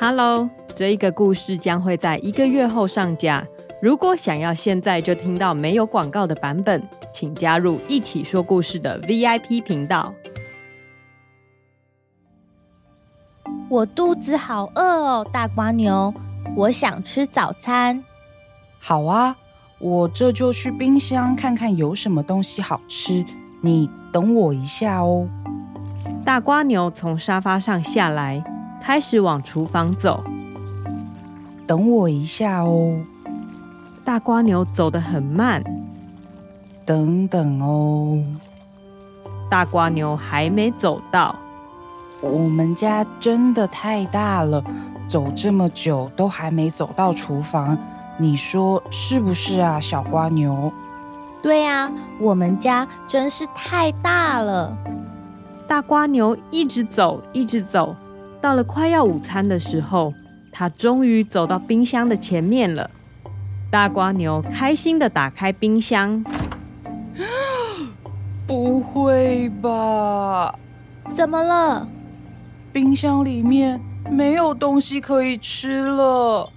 Hello，这一个故事将会在一个月后上架。如果想要现在就听到没有广告的版本，请加入一起说故事的 VIP 频道。我肚子好饿哦，大瓜牛，我想吃早餐。好啊，我这就去冰箱看看有什么东西好吃。你等我一下哦。大瓜牛从沙发上下来，开始往厨房走。等我一下哦，大瓜牛走得很慢，等等哦。大瓜牛还没走到。我们家真的太大了，走这么久都还没走到厨房，你说是不是啊，小瓜牛？对啊，我们家真是太大了。大瓜牛一直走，一直走，到了快要午餐的时候，它终于走到冰箱的前面了。大瓜牛开心的打开冰箱，不会吧？怎么了？冰箱里面没有东西可以吃了。